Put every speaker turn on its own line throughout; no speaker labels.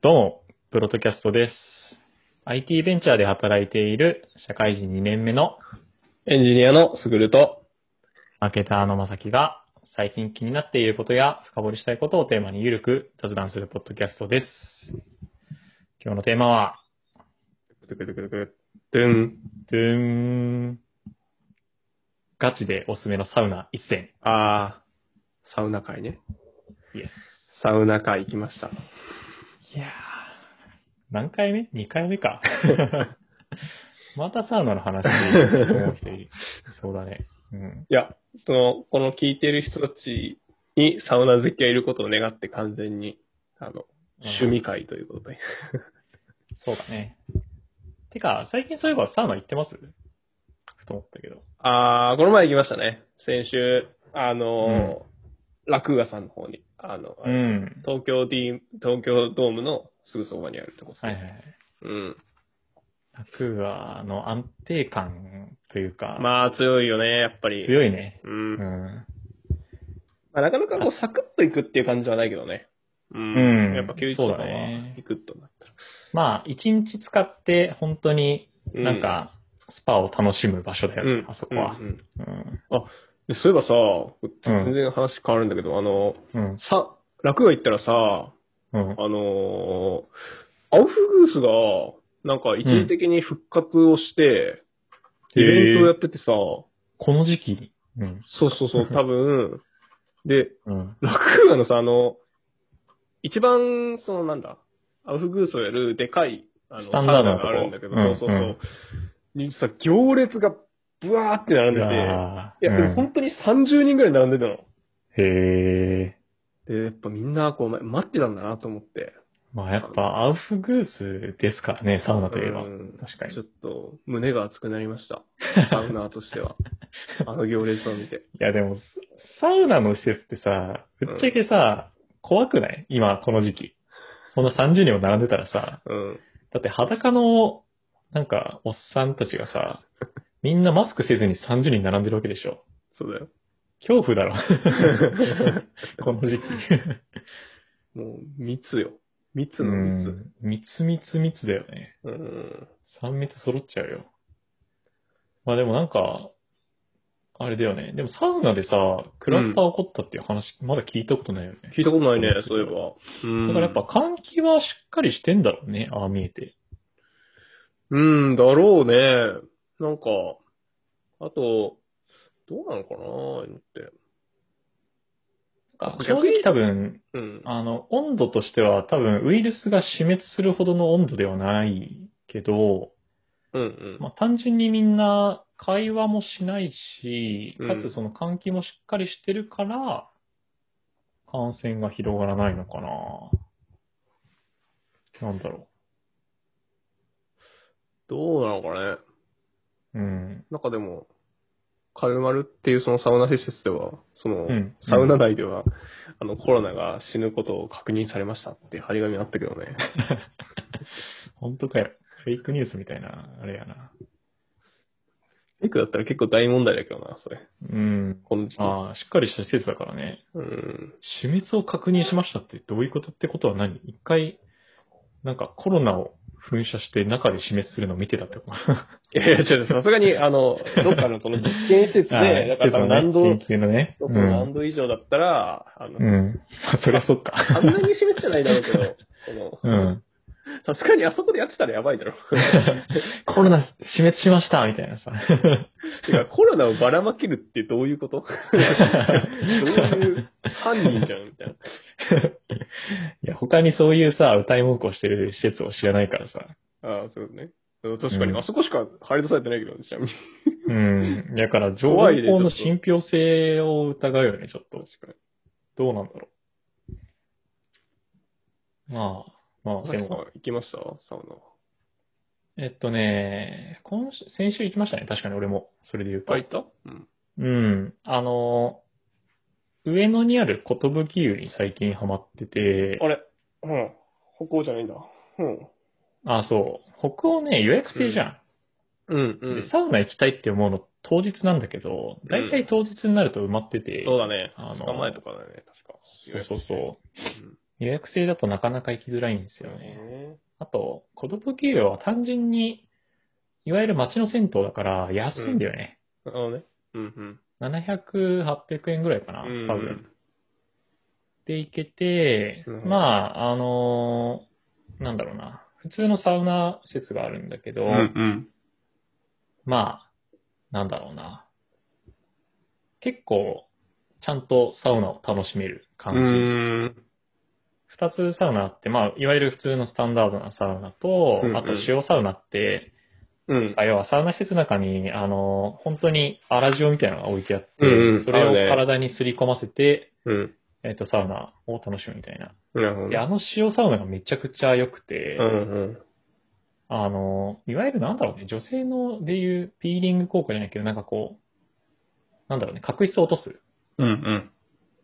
どうも、プロトキャストです。IT ベンチャーで働いている社会人2年目の
エンジニアのすぐると、
マーケターのまさきが最近気になっていることや深掘りしたいことをテーマにゆるく雑談するポッドキャストです。今日のテーマは、
くくくくくドゥン。
ドゥーン、ガチでおすすめのサウナ一選。
あー、サウナ会ね。
イエ
サウナ会行きました。
ス。いやー、何回目 ?2 回目 か。またサウナの話、思う人いるそうだね。うん。
いや、その、この聞いてる人たちにサウナ好きがいることを願って完全に、あの、趣味会ということで。
そうだね。てか、最近そういえばサウナ行ってますふと思ったけど。
あー、この前行きましたね。先週、あのー、ラクーガさんの方に、あの、あ
う
れですね
ん。
東京ディー、東京ドームのすぐそばにあるとこです
はいは
ね。
い。
うん。
ラクーアの安定感というか、
まあ、強いよね、やっぱり。い。
強いね。
う。
うんん。
まあ、なかなかこうサクッと行くっていう感じはないけどね。うん
うん
やっぱ休日と
そう
か
だ
は
ね
行くとなったら。
まあ、一日使って本当になんか、スパを楽しむ場所だよ
うん、
ね、あそこは
うん。うん
うん。
でそういえばさ、全然話変わるんだけど、あの、
うん。
さ、楽が行ったらさ、
うん。
あのー、アウフグースが、なんか一時的に復活をして、
うん
イベント
へ
を
ー
やっててさ、
この時期に。うん。
そうそ うそう、多分、で、
うん。
楽屋のさ、あの、一番、そのなんだ、アウフグースをやるでかい、あ
ス
の、
タン
サ
ダー
ウ
ド
ナ
なとこ
があるんだけど、
うんうん
そうそうそう。にさ、行列がブワーって並んでて、
あ
いや、でも本当に30人ぐらい並んでたの。
へえ。
で、やっぱみんな、こう、ま待ってたんだなと思って。
まあやっぱ、アウフグースですからね、サウナといえば。
うん
確かに
ちょっと、胸が熱くなりま した。サウナーとしては。あの行列を見て。
いやでも、ササウナの施設ってさ、ぶっちゃけさ、怖くない今、この時期。そんな30人も並んでたらさ、
うん。
だって裸の、なんか、おっさんたちがさ、みんなマスクせずに30人並んでるわけでしょ。
そ うだよ。
恐怖だろ。 この時期。
もう、密よ。密
う
の密。
ん。密密密だよね。
うん。
3密揃っちゃうよ。まあでもなんか、あれだよね。でもサウナでさ、クラスター起こったっていう話、まだ聞いたことないよね。
聞いたことないね、そういえば。うん
だからやっぱ換気はしっかりしてんだろうね、ああ見えて。
うん、だろうね。なんか、あと、どうなのかなああいうのって。
正
逆
直
に
多分、
うん。
あの、温度としては多分ウイルスが死滅するほどの温度ではないけど、
うんうん。
まあ単純にみんな会話もしないし、
うん
かつその換気もしっかりしてるから、感染が広がらないのかな。なんだろ
どうなのかね。
う。うん。
なんかでも、カルマルっていうそのサウナ施設では、その、
うん
サウナ内では、あの、コロナが死ぬことを確認されましたっていう張り紙あったけどね。
本当かよ。フェイクニュースみたいな、あれやな。
エイクだったら結構大問題だけどな、それ。
うん。
この時期。
ああ、しっかりした施設だからね。
うん。
死滅を確認しましたってどういうことってことは何一回、なんかコロナを噴射して中で死滅するのを見てたってこと
いやいや、ちょっとさすがに、あの、どっかのその実験施 設
あ
で、
あ
だから何度、
研究のね。。
そううんそう何度以上だったら、あの、
うん。まあ、そりゃそっか。
あんなに湿っちゃないだろうけど、その、
うん。
さすがにあそこでやってたらやばいだろ。
コロナ死滅しましたみたいなさ。
てか、コロナをばらまけるってどういうことどういう犯人じゃんみたい な。
いや、他にそういうさ、歌い文句をしてる施設を知らないからさ。
ああ、そうね。確か
う
に、
ん
あそこしか張り出されてないけど、ちなみに。
うん。だから、情報
怖いねちょっと
の信憑性を疑うよね、ちょっと。
確か
どうなんだろう。まあ、まあ、でも
に。さ、行きましたサウナ。
えっとね、今週、先週行きましたね。確かに俺も。それで言うと。
あ、行ったうん。
うん。あの、上野にある寿湯に最近ハマってて、
あれうん。歩行じゃないんだ。うん。
あ、そう。北欧ね、予約制じゃ
うん、
ん。でサウナ行きたいって思うの当日なんだけど、だいたい当日になると埋まってて、
そうだね。
あの
2日前とかだね、確か。
そうそうそう。予約制だとなかなか行きづらいんですよね。
ね。
あと、孤独給料は単純に、いわゆる町の銭湯だから安いんだよね。
なるほどね。うんうん。
700、800円ぐらいかな、多
うん
分。で行けて、
うん
まあ、あのーなんだろうな。普通のサウナ施設があるんだけど、
うんうん。
まあ、なんだろうな。結構、ちゃんとサウナを楽しめる
う
感じ。
ーん。
二つサウナあって、まあ、いわゆる普通のスタンダードなサウナと、
うんうん
あと塩サウナって、
うん。
あ要はサウナ施設の中に、あの、本当に粗塩みたいなのが置いてあって、
うんうん
それ
ある
を
ね
体にすり込ませて、
うん。
えっ、と、サウナを楽しむみたいな。
なるほどね。
で、あの塩サウナがめちゃくちゃ良くて、
うん
あの、いわゆるなんだろうね、女性のでいうピーリング効果じゃないけど、なんかこう、なんだろうね、角質を落とす
うん。うん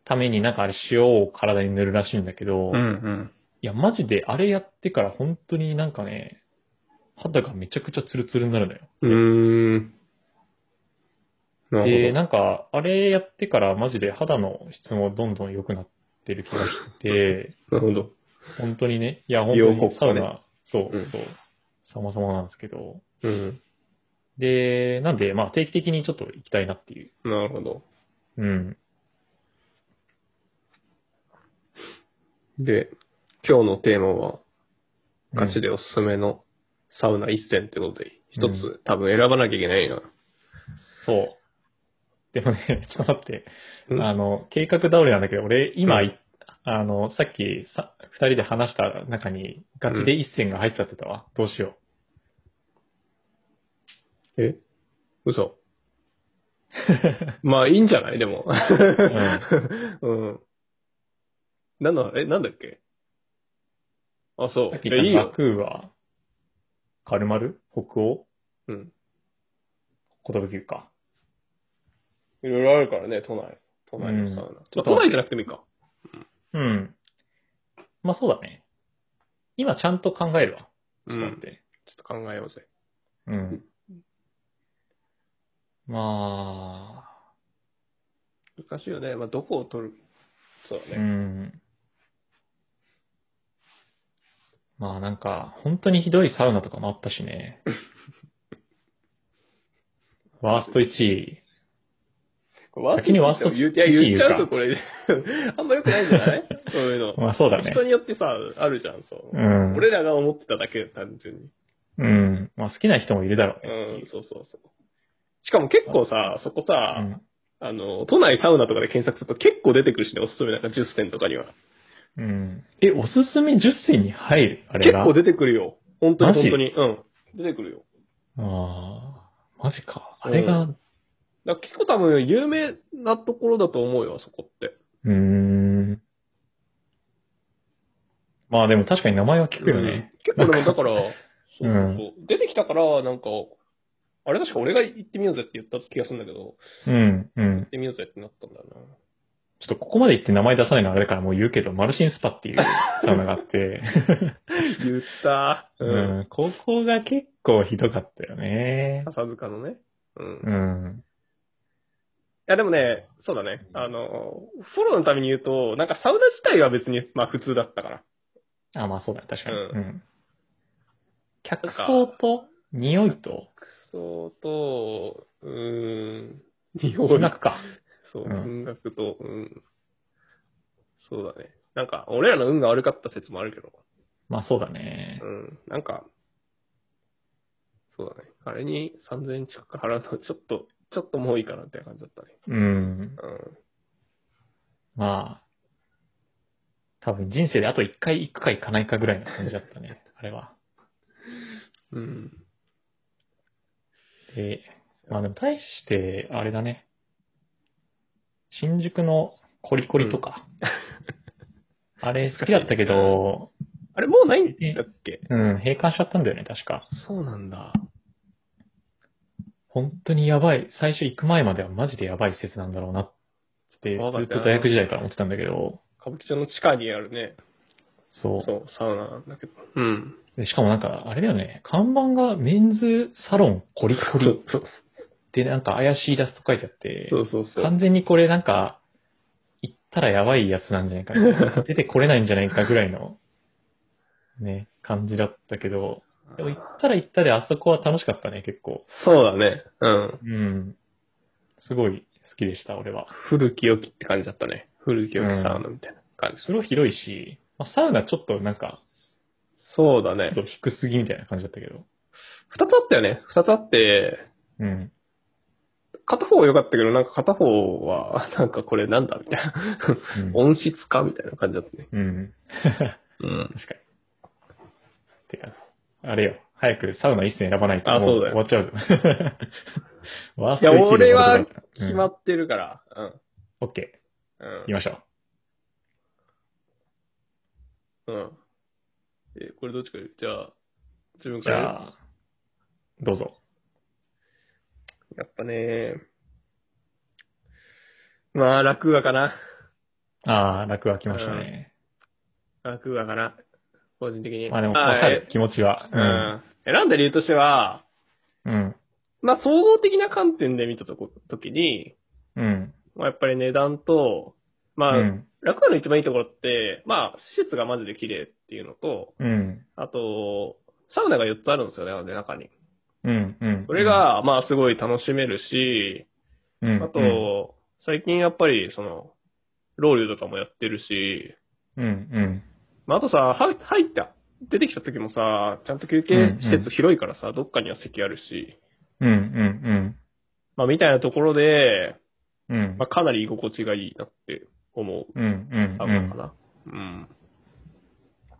ためになんかあれ塩を体に塗るらしいんだけど、
うん。うん
いや、マジで、あれやってから本当になんかね、肌がめちゃくちゃツルツルになるのよ。
うん。うーん。な
で、
る
なんか、あれやってからマジで肌の質もどんどん良くなってる気がして、
ほど。 なるほど。
本当にね、いや、本
美容
当
効
にサ
果
ウ
ね
ナ、そう
うん、
そう、様々なんですけど、
うん。
で、なんで、まあ定期的にちょっと行きたいなっていう。
なるほど。
うん。
で、今日のテーマは、ガチ
で。
でおすすめのサウナ一選ってことで、一
う
つ多分選ばなきゃいけないな。
そう。でもね、 ちょっと待って、
うん
あの、計画倒れなんだけど、俺、今、いあの、さっきさ、二人で話した中に、ガチで一線が入っちゃってたわ。どうしよ。
え嘘。まあ、いいんじゃないでも。 うん。なんだ、え、なんだっけあ、そう
さっ
う。
き言
え、いい
ったバ
よ。
クーは、カルマル北欧
うん。
言葉9か。
いろいろあるからね、都内。都内のサウナ。
ちょっと
まあ都内じゃなくてもいいか。
うん。まあ、そうだね。今、ちゃんと考えるわ。ちょっと待って。
ちょっと考えようぜ。
うん。まあ、
難しいよね。まあ、どこを取るそうだ
う
ね。
ん。まあなんか、本当にひどいサウナとかもあったし ね。ワースト1位。
これワ
先にワースト
いや、言っちゃう
一位言うか
とこれ、 あんま良くないんじゃないそういうの。
まあそうだね
人。によってさ、あるじゃん、そう
う。ん。
俺らが思ってただけ、単純に。
うん。まあ好きな人もいるだろう
う
ね。
ん、そうそうそう。しかも結構さ、そこさ、
うん。
あの、都内サウナとかで検索すると結構出てくるしね、おすすめなんか10選とかには。
うん。え、おすすめ10選に入るあれ
結
が。
構出てくるよ。本当に
マジ
本当に。うん。出てくるよ。
ああ。マジか。あれが、う
だから結構多分有名なところだと思うよ、あそこって。
ーん。まあでも確かに名前は聞くよね。
結構でもだから、 そうそう
う
そう。出てきたから、なんか、あれ確か俺が行ってみようぜって言った気がするんだけど、
う
行
ん。うん
っ。てみようぜってなったんだよな。
ちょっとここまで言って名前出さないのはあれだからもう言うけど、マルシンスパって いうサウナがあって、
言った。
う
うん。
ん、ここが結構ひどかったよね。
笹塚のね。うん。
う
い
ん。
やでもね、そうだね。あの、フォローのために言うと、なんかサウナ自体は別に、まあ普通だったから。
あ、まあそうだね、確かに。
う
うん。客層と、匂いと、
服装と、うーん、日
音
本
楽か。
そう、
うん
音楽と、うん。そうだね。なんか、俺らの運が悪かった説もあるけど、
まあそうだね
う。ん、なんか、そうだね。あれに3000円近く払うの、ちょっと、ちょっともういいかなって感じだったね。
うん。まあ、多分人生であと一回行くか行かないかぐらいの感じだったね、あれは。
うん。うん。
で、まあでも対して、あれだね。新宿のコリコリとか。あれ好きだったけど、
あれもうないんだっけ
うん、閉館しちゃったんだよね、確か。
そうなんだ。
本当にやばい。最初行く前まではマジでやばい施設なんだろうなって、ず
怖かった
っ
な
と大学時代から思ってたんだけど、
歌舞伎町の地下にあるね。
そ
そう、サウナなんだけど。うん。
う。でしかもなんか、あれだよね、看板がメンズサロンコリコリ
そう
でなんか怪しいイラスト書いてあって
そ、うそうそう。
完全にこれなんか、行っったらやばいやつなんじゃないかな。出てこれないんじゃないかぐらいの、ね、感じだったけど、でも行ったら行ったで、あそこは楽しかったね、結構。
そうだね。うん。
うん。すごい好きでした、俺は。
古き良きって感じだったね。古き良きサウナみたいな感じ。
風呂広いし、まあ、サウナちょっとなんか、
そうだね
ちょ。っと低すぎみたいな感じだったけど。
二つあったよね。二つあって、
うん。
片方は良かったけど、なんか片方は、なんかこれなんだみたいな。
うん。
音質かみたいな感じだったね。
うん、
うん。
確かに。てか、あれよ。早くサウナ一選選ばないと
あ
も
そうう
終
だよ
わっちゃうぞ。 ワース
いや、
ト1位の
俺は
ことだった
決まってるから。うん。
うん、オッケー。行
う
きましょう。
ん。うん。え、これどっちから言うじゃあ、自分
じ
から言う
ゃあ、どうぞ。
やっぱね、まあ、楽話かな。
ああ、楽は来ましたね。
楽話かな。個人的に。
まあでも、わかる
え。
気持ちは。
うん。選んだ理由としては、
うん。うん。
まあ、総合的な観点で見たとこ、時に、
うん。
まあ、やっぱり値段と、まあ、
うん。
楽屋の一番いいところって、まあ、施設がマジで綺麗っていうのと、
うん。
あと、サウナが4つあるんですよね、なので中に。
うん。うん。
それが、まあ、すごい楽しめるし、
うん、うん
あと、最近やっぱり、その、ロウリュとかもやってるし、
うん。うん。
まあ、あとさ、入入った、出てきた時もさ、ちゃんと休憩施設広いからさ、どっかには席あるし、
うん。うん。
まあ、みたいなところで、
うん。うん。
まあ、かなり居心地がいいなって思う。
うん。うん。
サウナかな。うん。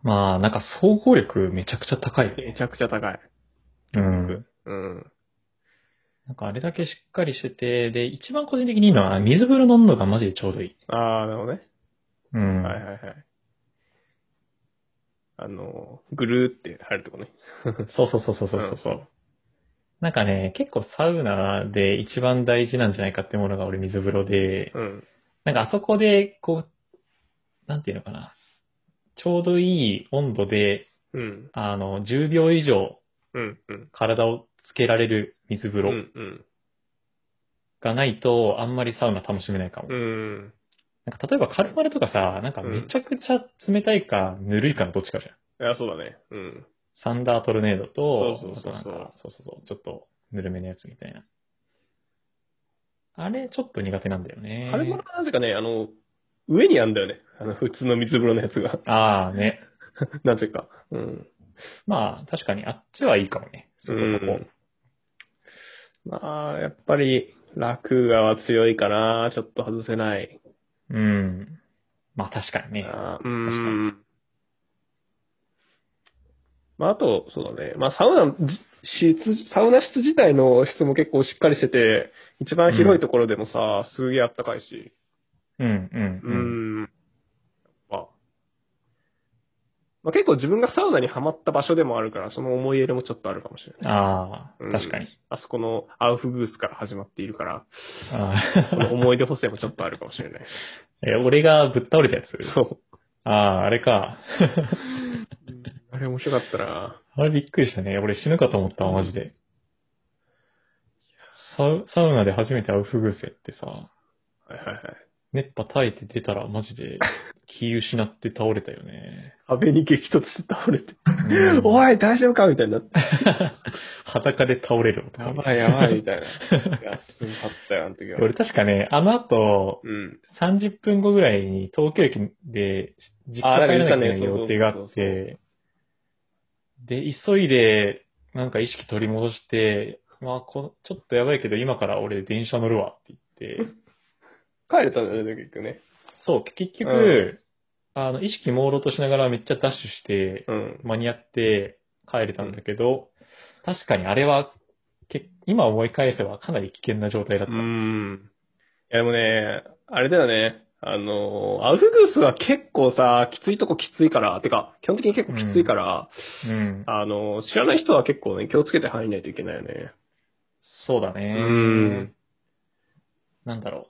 まあ、なんか、総合力めちゃくちゃ高い。
めちゃくちゃ高い。
うん。
うん。
なんか、あれだけしっかりしてて、で、一番個人的にいいのは、水風呂飲むのがマジでちょうどいい。
ああ、なるほどね。
うん。
はいはいはい。あの、ぐるーって入るとこね。
そうそうそうそうそうそう。なんかね、結構サウナで一番大事なんじゃないかってものが俺水風呂で、
うん。
なんかあそこで、こう、なんていうのかな。ちょうどいい温度で、
うん。
あの、10秒以上
うん。うん。
体をつけられる水風
う
呂
ん。うん。
がないと、あんまりサウナ楽しめないかも。
うん。
なんか例えばカルマルとかさ、なんかめちゃくちゃ冷たいか、ぬるいかのどっちかじゃん。
いや、そうだね。うん。
サンダートルネードと、
そうそうそうそう
あとなんかそうそうそう、ちょっとぬるめのやつみたいな。あれ、ちょっと苦手なんだよね。
カルマラはなぜかね、あの、上にあんだよね。あの、普通の水風呂のやつが。
ああね。
なぜか。うん。
まあ、確かにあっちはいいかもね。そこそこ。
まあ、やっぱり、楽がは強いかな。ちょっと外せない。
うん。まあ、確かにね。
あーうん。まあ、あと、そうだね。まあ、サウナじ、室、サウナ室自体の質も結構しっかりしてて、一番広いところでもさ、すげえあったかいし。
うん、
う
うん、
ん。まあまあ、結構自分がサウナにハマった場所でもあるから、その思い入れもちょっとあるかもしれない。
うん。ああ、
うん
確かに。
あそこのアウフグースから始まっているから、この
あ
思い出補正もちょっとあるかもしれない。
ー え、俺がぶっ倒れたやつ
そう。
ああ、あれか。
あれ面白かったな
あれびっくりしたね。俺死ぬかと思ったわ、マジで。サウサウナで初めてアウフグースやってさ、
はいはいはい。
熱波耐えて出たらマジで気失って倒れたよね。
壁に激突して倒れて。
うん
おい、大丈夫かみたいになって。
裸で倒れる男。
みたい な。いや、すごかったよ、あの時は。
俺確かね、あの後、
うん。
30分後ぐらいに東京駅で、実
あ
家帰らなきゃいけなんい
なか言ってたね
予定があ
そう
っ
そうそうそ
て、で、急いで、なんか意識取り戻して、まあこ、ちょっとやばいけど、今から俺電車乗るわって言って、
帰れたんだよね、結局ね。
そう、結局、
う
あの、意識朦朧としながらめっちゃダッシュして、
うん。
間に合って帰れたんだけど、確かにあれは、け今思い返せばかなり危険な状態だった。
ん。いや、でもね、あれだよね。あの、アウフグースは結構さ、きついとこきついから、てか、基本的に結構きついから、
うん。
あの、知らない人は結構ね、気をつけて入んないといけないよね。
そうだね。
うん
なんだろう。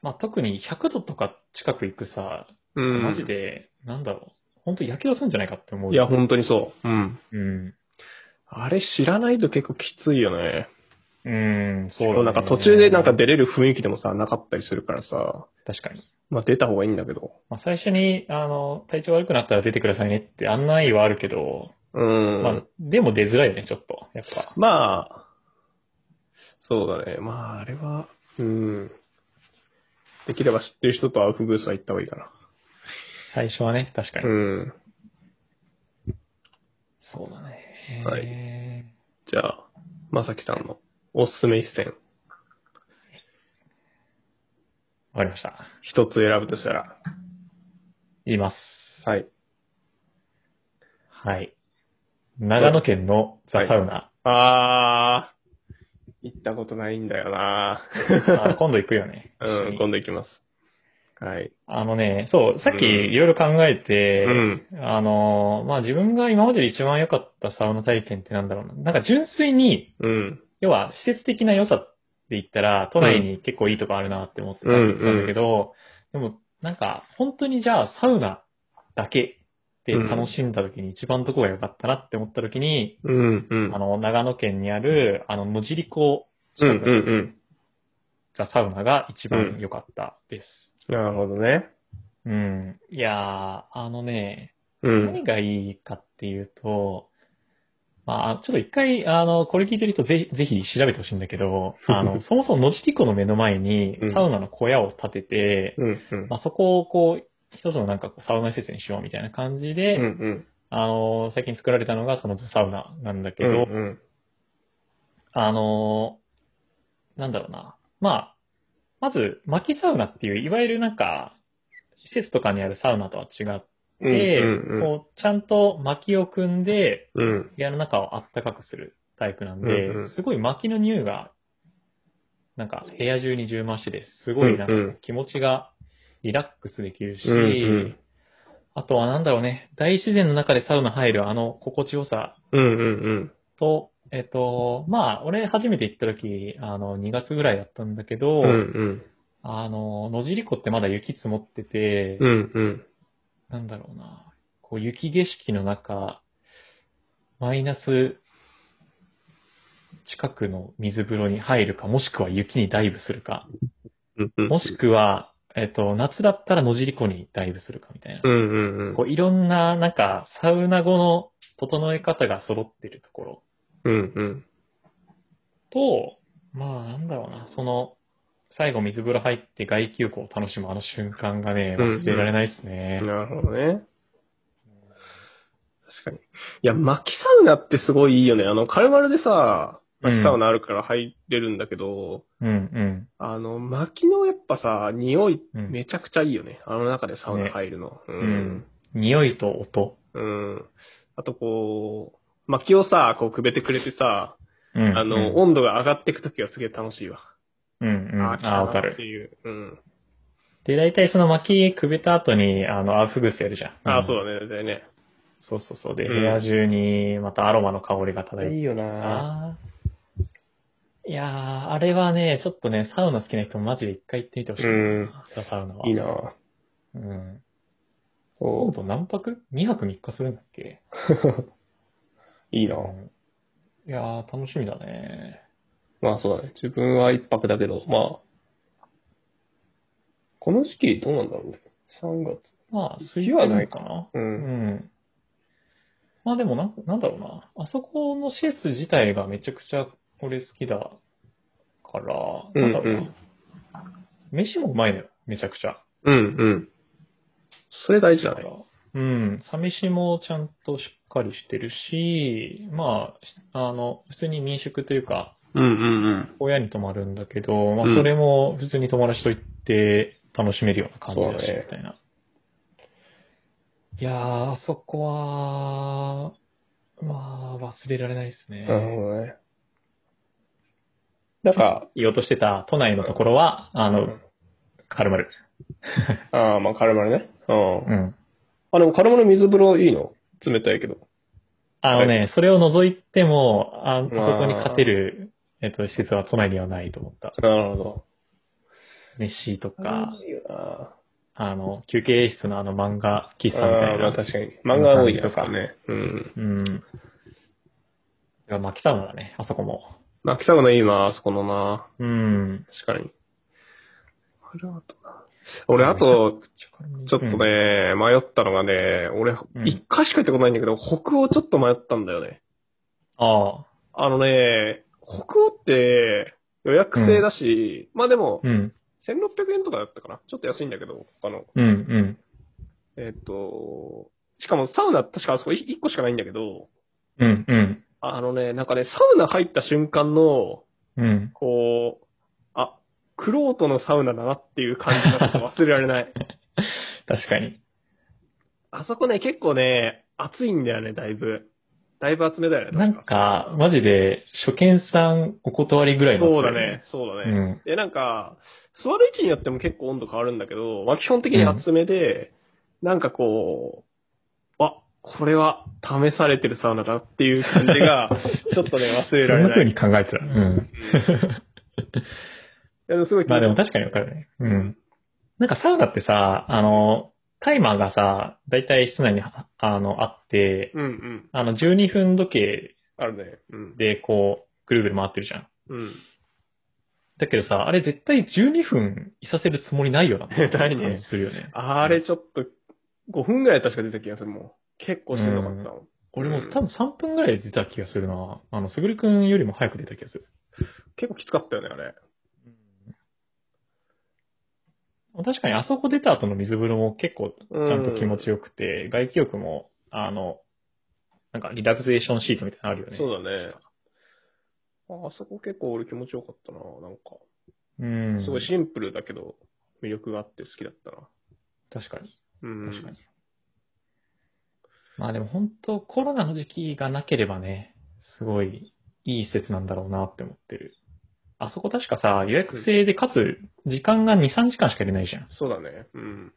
まあ、特に100度とか近く行くさ、
うん。
マジで、なんだろう。本当に火傷するんじゃないかって思う。
いや、本当にそう。うん。
うん。
あれ知らないと結構きついよね。
うん、そうだ、ね。
なんか途中でなんか出れる雰囲気でもさ、なかったりするからさ、
確かに。
まあ出た方がいいんだけど。
まあ、最初に、あの、体調悪くなったら出てくださいねって案内はあるけど、
うん。
まあ、でも出づらいよね、ちょっと。やっぱ。
まあ、そうだね。まあ、あれは、うん。できれば知ってる人とアウフブースは行った方がいいかな。
最初はね、確かに。
うん。
そうだね。
はい
えー
じゃあ、まさきさんのおすすめ一戦、
わかりました。
一つ選ぶとしたら。
言います。
はい。
はい。長野県のザ・サウナ。
あー、行ったことないんだよな
あ今度行くよね。
う
一緒
ん、
に
今度行きます。はい。
あのね、そう、さっき
うん
いろいろ考えて、
うん。
あの、まあ、自分が今までで一番良かったサウナ体験ってなんだろうな。なんか純粋に、
うん。
要は施設的な良さで言ったら、都内に結構いいとこあるなって思ってた
うん
んだけど、でもなんか本当にじゃあサウナだけで楽しんだ時に一番どこが良かったなって思った時に、
うん、うん。
あの、長野県にある、あの、野尻湖
うん、う
近くの
ん、
ザ・サウナが一番良かったです。
うん。なるほどね。
うん。いやー、あのね、
うん
何。がいいかっていうと、まあ、ちょっと一回、あの、これ聞いてる人ぜひ、ぜひ調べてほしいんだけど、あ の、そもそも野尻湖の目の前に
うん
サウナの小屋を建てて、
うん、うん。
まあ、そこをこう、一つのなんかこうサウナ施設にしようみたいな感じで、
うん、うん。
あの、最近作られたのがそのザサウナなんだけど、
うんうん
あのーなんだろうな。まあ、まず、薪サウナっていう、いわゆるなんか、施設とかにあるサウナとは違って、
うんうんうん
こうちゃんと薪を組んで、
うん。
部屋の中をあったかくするタイプなんで、
うんうん
すごい薪の匂いが、なんか部屋中に充満してて、すごいなんか
うんうん
気持ちがリラックスできるし、
うんうん
あとはなんだろうね、大自然の中でサウナ入るあの心地よさ
うんうん
と、えっと、まあ、俺初めて行った時、あの、2月ぐらいだったんだけど、
うん。うん
あの、野尻湖ってまだ雪積もってて、
うん。うんうん。
なんだろうな、こう雪景色の中、マイナス近くの水風呂に入るか、もしくは雪にダイブするか、
うんうん。
もしくは、えっと、夏だったら野尻湖にダイブするかみたいな
う。んうんうん
こ。ういろんな、なんか、サウナ後の整え方が揃ってるところ。
うんうん。
と、まあなんだろうな、その、最後水風呂入って外気浴を楽しむあの瞬間がね、
うん
忘れられないですね。
なるほどね。確かに。いや、薪サウナってすごいいいよね。あの、軽々でさ、薪サウナあるから入れるんだけど、
うんうん。
あの、薪のやっぱさ、匂い
うん
めちゃくちゃいいよね。あの中でサウナ入るの。うん。
匂いと音。
うん。あとこう、薪をさ、こうくべてくれてさ、
うん、
あの、温度が上がってくときはすげえ楽しいわ。
うんうん。ああ、
来た
わか
なっ
る。
ていう。うん。
で、大体その薪くべた後に、あの、アウフグースやるじゃん。。
ああ、そううんだね、だよね。
そうそうそう。で、
うん
部屋中にまたアロマの香りが漂って
いよぁ
さ。いやー、あれはね、ちょっとね、サウナ好きな人もマジで一回行ってみてほしいな。
うん
ザサウナは。
いいなぁ
うん。
そ
今
う。
度何泊 ?2 泊3日するんだっけ
いいなぁ
いやー、楽しみだね。
まあそうだね。自分は一泊だけど、まあ、この時期どうなんだろうね。3月。
まあ、水
日はない
かな。
う。
うんん。まあでもなん、なんだろうな。あそこの施設自体がめちゃくちゃ俺好きだから、なんだろうな。
うん
飯もうまいのよ、めちゃくちゃ。
うんうん。それ大事だ
だか
ね。
らうん、サ飯もちゃんとしっかりしてるし、まあし、あの、普通に民宿というか、
うんうん
親に泊まるんだけど、まあ、
うん
それも普通に友達と行って楽しめるような感じだ
そう
し、
だね
みたいな。いやー、あそこは、まあ、忘れられないです
うん。なる
ね。
ほどね。なんか、
言おうとしてた都内のところは、あの、軽々。
ああ、まあ、カルマルね。うん。
うん。
あ、でもカルマル水風呂いいの冷たいけど。
あのね、それを除いても、ああそ
まあ
こに勝てる、えっと、施設は都内にはないと思った。
なるほど。
飯とか、
いいよな
あの、休憩室のあの漫画喫茶みた
ああ
い
まあ
な。
確かに。漫画多いやつだね。うん。
うん。いや、巻きサウナだね、あそこも。
まあ、キサゴのいいな、あそこのな。
うん。
確かに。あれはあとな。俺、あと、
ち
ちょっとね、迷ったのがね、俺
う、ん
一回しか行ったことないんだけど、北欧ちょっと迷ったんだよね。
ああ。
あのね、北欧って予約制だし、まあでも、
うん。
1600円とかだったかなちょっと安いんだけど、他の。
うん、うん。
えっ、と、しかもサウナ、確かあそこ1個しかないんだけど、
うん、うん。
あのね、なんかね、サウナ入った瞬間の、
うん。
こう、あ、クロートのサウナだなっていう感じがちょっと忘れられ ない。
確かに。
あそこね、結構ね、暑いんだよね、だいぶ。だいぶ厚めだよね。
なんか、マジで、初見さんお断りぐらいの、
そうだね。、そうだね。
うん。
で、なんか、座る位置によっても結構温度変わるんだけど、まあ、基本的に厚めで、なんかこう、あ、これは試されてるサウナだっていう感じ が、ちょっとね、忘
そ
れ
ん
られ
な
な
風
い。
に考えてた。うん。
でもすごい気
まあ
持
で
ちい
も
い
確かにわかるね。うん。なんかサウナってさ、あの、タイマーがさ、だいたい室内にああの、あって、
うんうん。
あの、12分時計
あるね。うん。
でこう、ぐるぐる回ってるじゃん。
うん。
だけどさ、あれ絶対12分いさせるつもりないよな。
ないね
感じするよね。
あれちょっと、5分ぐらい確か出た気がするもん。結構しんどかったもん。
俺も多分3分ぐらいで出た気がするな。あの、すぐるくんよりも早く出た気がする。
結構きつかったよね、あれ。
確かにあそこ出た後の水風呂も結構ち
うん
ゃんと気持ちよくて、外気浴も、あの、なんかリラクゼーションシートみたいなのあるよね。
そうだね。ああそこ結構俺気持ちよかったな、なんか。
うん。
すごいシンプルだけど、魅力があって好きだったな。
確かに。
うん。
確かに。まあでも本当コロナの時期がなければね、すごいいい施設なんだろうなって思ってる。あそこ確かさ、予約制で、かつ時間が2、3時間しか入れないじゃん。
そうだね。うん。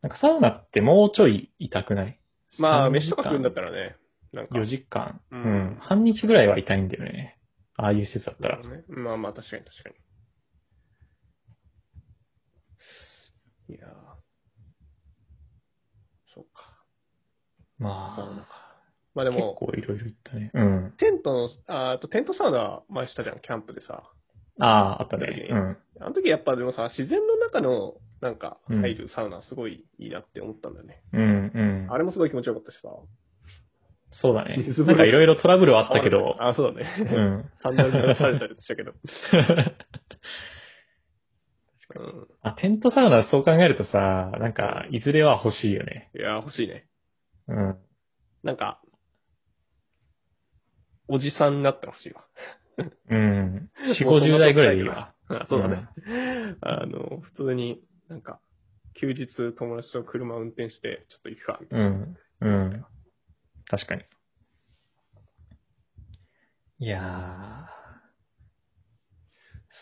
なんかサウナってもうちょい痛くない
まあ、
3時間
飯とか食うんだったらね、なんか。
4時間。
う
うんん。半日ぐらいは痛いんだよね。ああいう施設だったら。
ね。まあまあ、確かに確かに。いやーそうか。サウナ
まあ、
か。まあで
結
も、
構いろいろ行ったね。うん。
テントの、あーあとテントサウナ前したじゃん、キャンプでさ。
ああ、あった
確
ね。
か
う
に
ん。
あの時やっぱでもさ、自然の中のなんか入るサウナすごいいいなって思ったんだよね。
うん、うん
あ。れもすごい気持ちよかったしさ。
そうだね
水風。呂
なんかいろいろトラブルはあったけど。
あ、そ
う
うだね。
ん。
サンダルにされたりしたけど。うん
あ、テントサウナ、そう考えるとさ、なんか、いずれは欲しいよね。
いやー、欲しいね。
うん。
なんか、おじさんになってほしいわ。
うん。四
も
五
うそんな
十代ぐらいでいいわ。
あそうだね。あの、普通に、なんか、休日友達と車運転して、ちょっと行くか、みた
う
いな。
ん。うん。確かに。いやー。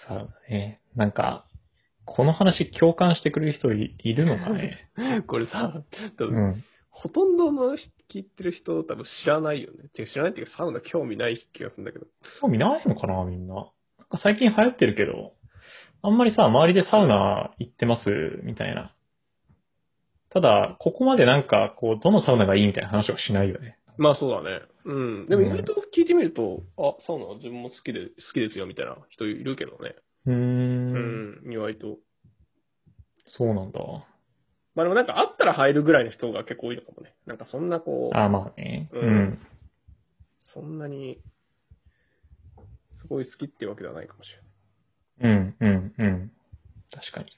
サウナね。なんか、この話共感してくれる人いいるのかね。
これさ、多
う
分
ん。
ほとんどの人聞いてる人多分知らないよね。てか知らないっていうかサウナ興味ない気がするんだけど。
興味ないのかな、みんな。なんか最近流行ってるけど、あんまりさ、周りでサウナ行ってます、みたいな。ただ、ここまでなんか、こう、どのサウナがいいみたいな話はしないよね。
まあそうだね。うん。でも意外と聞いてみると、あ、サウナ自分も好きで、好きですよみたいな人いるけどね。
うー。
うんん、意外と。
そうなんだ。
まあでもなんかあったら入るぐらいの人が結構多いのかもね。なんかそんなこう、
あ、まあね。
うん
うん。
そんなに、すごい好きってわけではないかもしれない。
うん、うん、うん。確かに。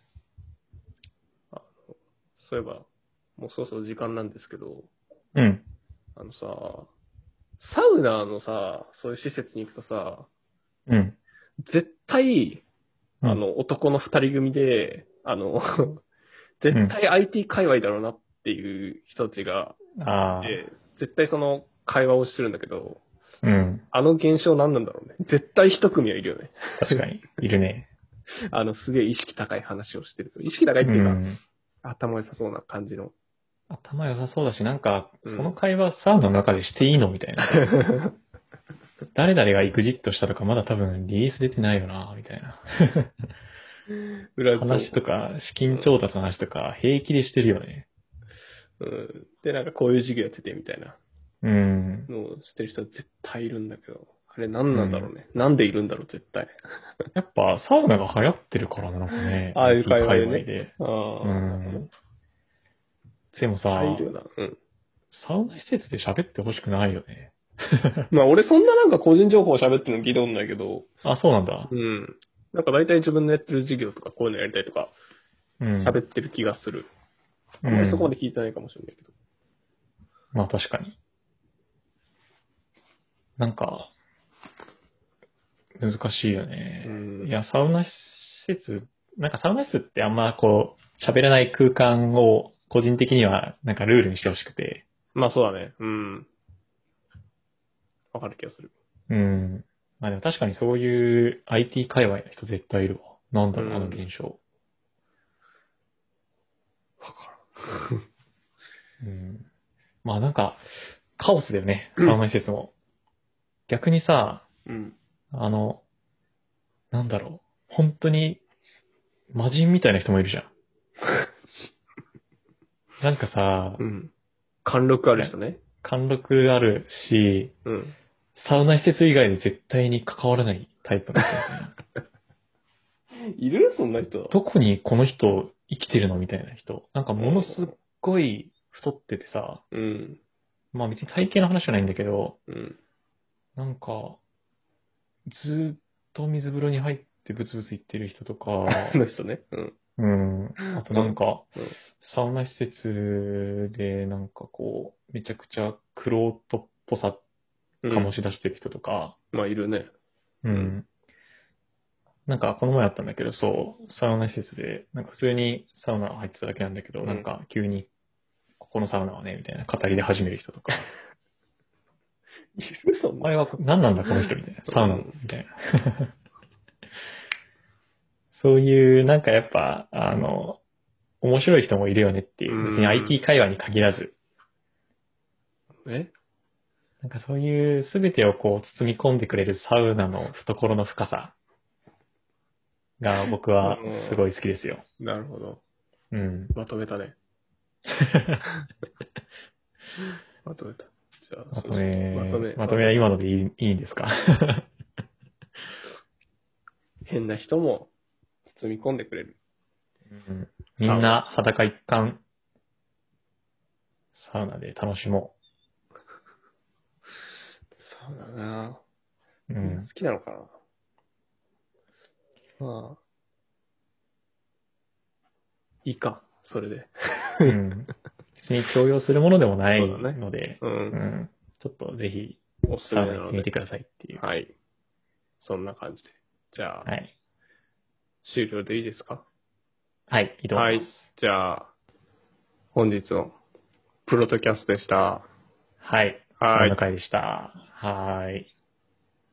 そういえば、もうそろそろ時間なんですけど、
うん。
あのさ、サウナのさ、そういう施設に行くとさ、
うん。
絶対、
うん
あの、男の二人組で、あの、 絶対 IT 界隈だろうなっていう人たちが、
ああ。
で絶対その会話をしてるんだけど、
うん。
あの現象何なんだろうね。絶対一組はいるよね。
確かに。いるね。
あの、すげえ意識高い話をしてる。意識高いっ
う
ていうか、
ん。
頭良さそうな感じの。
頭良さそうだし、なんか、そ
うん
の会話サウナの中でしていいのみたいな。誰々がエグジットしたとかまだ多分リリース出てないよな、みたい な。
裏情報
話とか、資金調達の話とか、平気でしてるよね。
うん。で、なんかこういう授業やっててみたいな
うん。
のをしてる人は絶対いるんだけど、あれ何なんだろうね。なんでいるんだろう、絶対。
やっぱサウナが流行ってるからなのかね。
ああいう界隈でね
界で。
あ
う
あ。
ん。でもさ、
入るな。うん。
サウナ施設で喋ってほしくないよね。
まあ俺そんななんか個人情報喋ってるの議論ないけど、
あ、そうなんだ
う。ん。なんか大体自分のやってる授業とかこういうのやりたいとか
うん。
喋ってる気がする。
う
あんまりそこまで聞いてないかもしれないけど。
まあ確かに。なんか、難しいよね。
うん
いや、サウナ施設、なんかサウナ室ってあんまこう、喋らない空間を個人的にはなんかルールにしてほしくて。
まあそうだね。うん。わかる気がする。
うん。まあでも確かにそういう IT 界隈の人絶対いるわ。なんだろう、あの現象。
わか
うん。まあなんか、カオスだよね、サウナ施設も。逆にさ、
る。うん。
あの、なんだろう。本当に、魔人みたいな人もいるじゃん。なんかさ
う、ん。貫禄ある人ね。
貫禄あるし、
うん。
サウナ施設以外で絶対に関わらないタイプの人みたいな。
いるそんな人。
どこにこの人生きてるのみたいな人。なんかものすっごい太っててさ、
うん。
まあ別に体型の話じゃないんだけど、
うん。
なんか、ずーっと水風呂に入ってブツブツ言ってる人とか、
あの人ね。うん。
うん。あとなんか
うんうん、
サウナ施設でなんかこう、めちゃくちゃクロートっぽさ
うん
醸し出してる人とか、
まあいるね。
うんん。なんかこの前あったんだけど、そう、サウナ施設で、なんか普通にサウナ入ってただけなんだけど、
うん
なんか急に、ここのサウナはね、みたいな語りで始める人とか、
いるそん
あ
な
れは何なんだこの人みたいな、サウナ
うん
みたいな。 そういう、なんかやっぱ、あの、面白い人もいるよねっていう、別に
うん
IT 会話に限らず、
ね。
なんかそういう全てをこう包み込んでくれるサウナの懐の深さが僕はすごい好きですよ。
なるほど。
うん。
まとめたね。まとめた。じゃあ、
まとめ、
まとめ。
まとめは今のでいいいいんです か
変な人も包み込んでくれる。
うんみんな裸一貫、サウナで楽しも
そうだな
う。う
みんなん好。きなのかな。まあ。いいか、それで。
うん別に強要するものでもない
そうだね
ので、
う。
うんんちょっとぜひ、
おすす
サ
め
ウナ行っ
なの
てみて。
で
くださいっていう。
はい。そんな感じで。じゃあ、
はい。
終了でいいですか
はい、いいと思
はいい
ます。。
じゃあ、本日のプロトキャストでした。
はい。そ
はい
んな回でした。はい。